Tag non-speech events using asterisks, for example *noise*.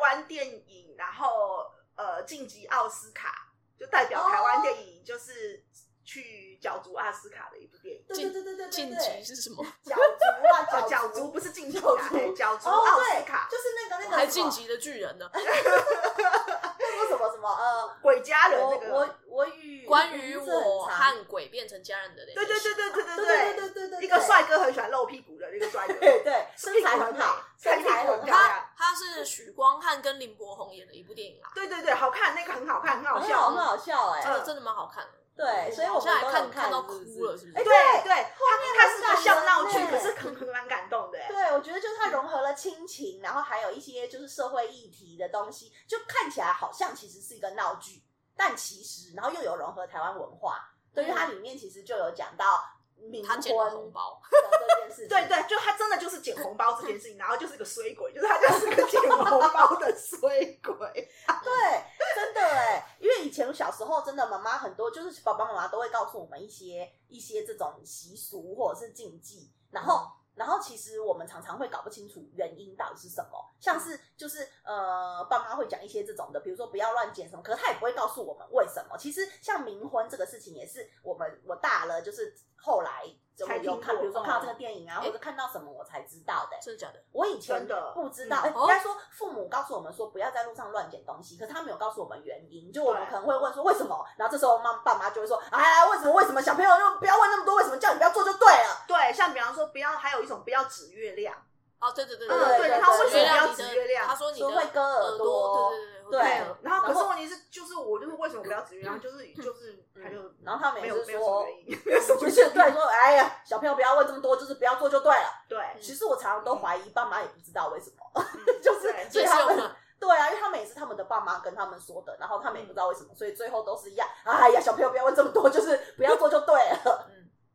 湾电影，然后呃晋级奥斯卡，就代表台湾电影就是去角逐奥斯卡的一部电影。对对对对对对晋对级，是什么？角逐啊，哦，角逐逐不是晋级角啊，逐对角逐哦奥对斯卡，就是那个那个还什么哎晋级的巨人呢？那个什么什么呃，鬼家人我那个，我我与关于我汉和鬼变成家人的那对对件事对对对对对对对对对，一个帅哥很喜欢露屁股的那个帅哥，对对，身材很好，身身材材很很好好，他他是许光汉跟林柏宏演的一部电影啊，对对对，好看，那个很好看，很好很好笑嗯很。好笑哎、这个真的蛮好看的。对，所以我现们在都看有看到是哭不是了，是不哎是？对对，他他是个笑闹剧，很感人可是很很蛮感动的。哎对，我觉得就是它融合了亲情，然后还有一些就是社会议题的东西，就看起来好像其实是一个闹剧，但其实然后又有融合台湾文化，对，因为嗯它里面其实就有讲到冥他婚捡了红的包，这件事情， *laughs* 对对，就他真的就是捡红包这件事情，然后就是个衰鬼，就是他就是个捡红包的衰鬼。对，真的哎，因为以前小时候真的妈妈很多，就是爸爸妈妈都会告诉我们一些一些这种习俗或者是禁忌，然后。嗯然后其实我们常常会搞不清楚原因到底是什么，像是就是呃，爸妈会讲一些这种的，比如说不要乱捡什么，可是他也不会告诉我们为什么。其实像冥婚这个事情，也是我们我大了，就是后来就才会有听看，过比如说看到这个嗯电影啊，诶或者看到什么我才知道的、欸真的假的？我以前真的不知道，嗯哎应该说父母告诉我们说不要在路上乱捡东西，可是他没有告诉我们原因，就我们对可能会问说为什么，然后这时候妈爸妈就会说，哎呀，为什么为什么小朋友就不要问那么多，为什么叫你不要做就对 *laughs* 了。对，像比方说，不要还有一种不要指月亮，哦，对对对嗯对对，他为什么亮要你的指月亮他说你的说会割耳耳朵对对对对会割耳朵然后可然是后问题是，就是我就是为什么不要指月亮，就是就是他嗯就然后他们没也有是没有什么说，原因，没有什么 *laughs* 就原是对因。说，哎呀，小朋友不要问这么多，就是不要做就对了。对，其实我常常嗯都怀疑爸妈也不知道为什么，就是对所以也他是有们可能对啊，因为嗯他们也是他们的爸妈跟他们说的，然后他们也不知道为什么，所以最后都是一样。哎呀，小朋友不要问这么多，就是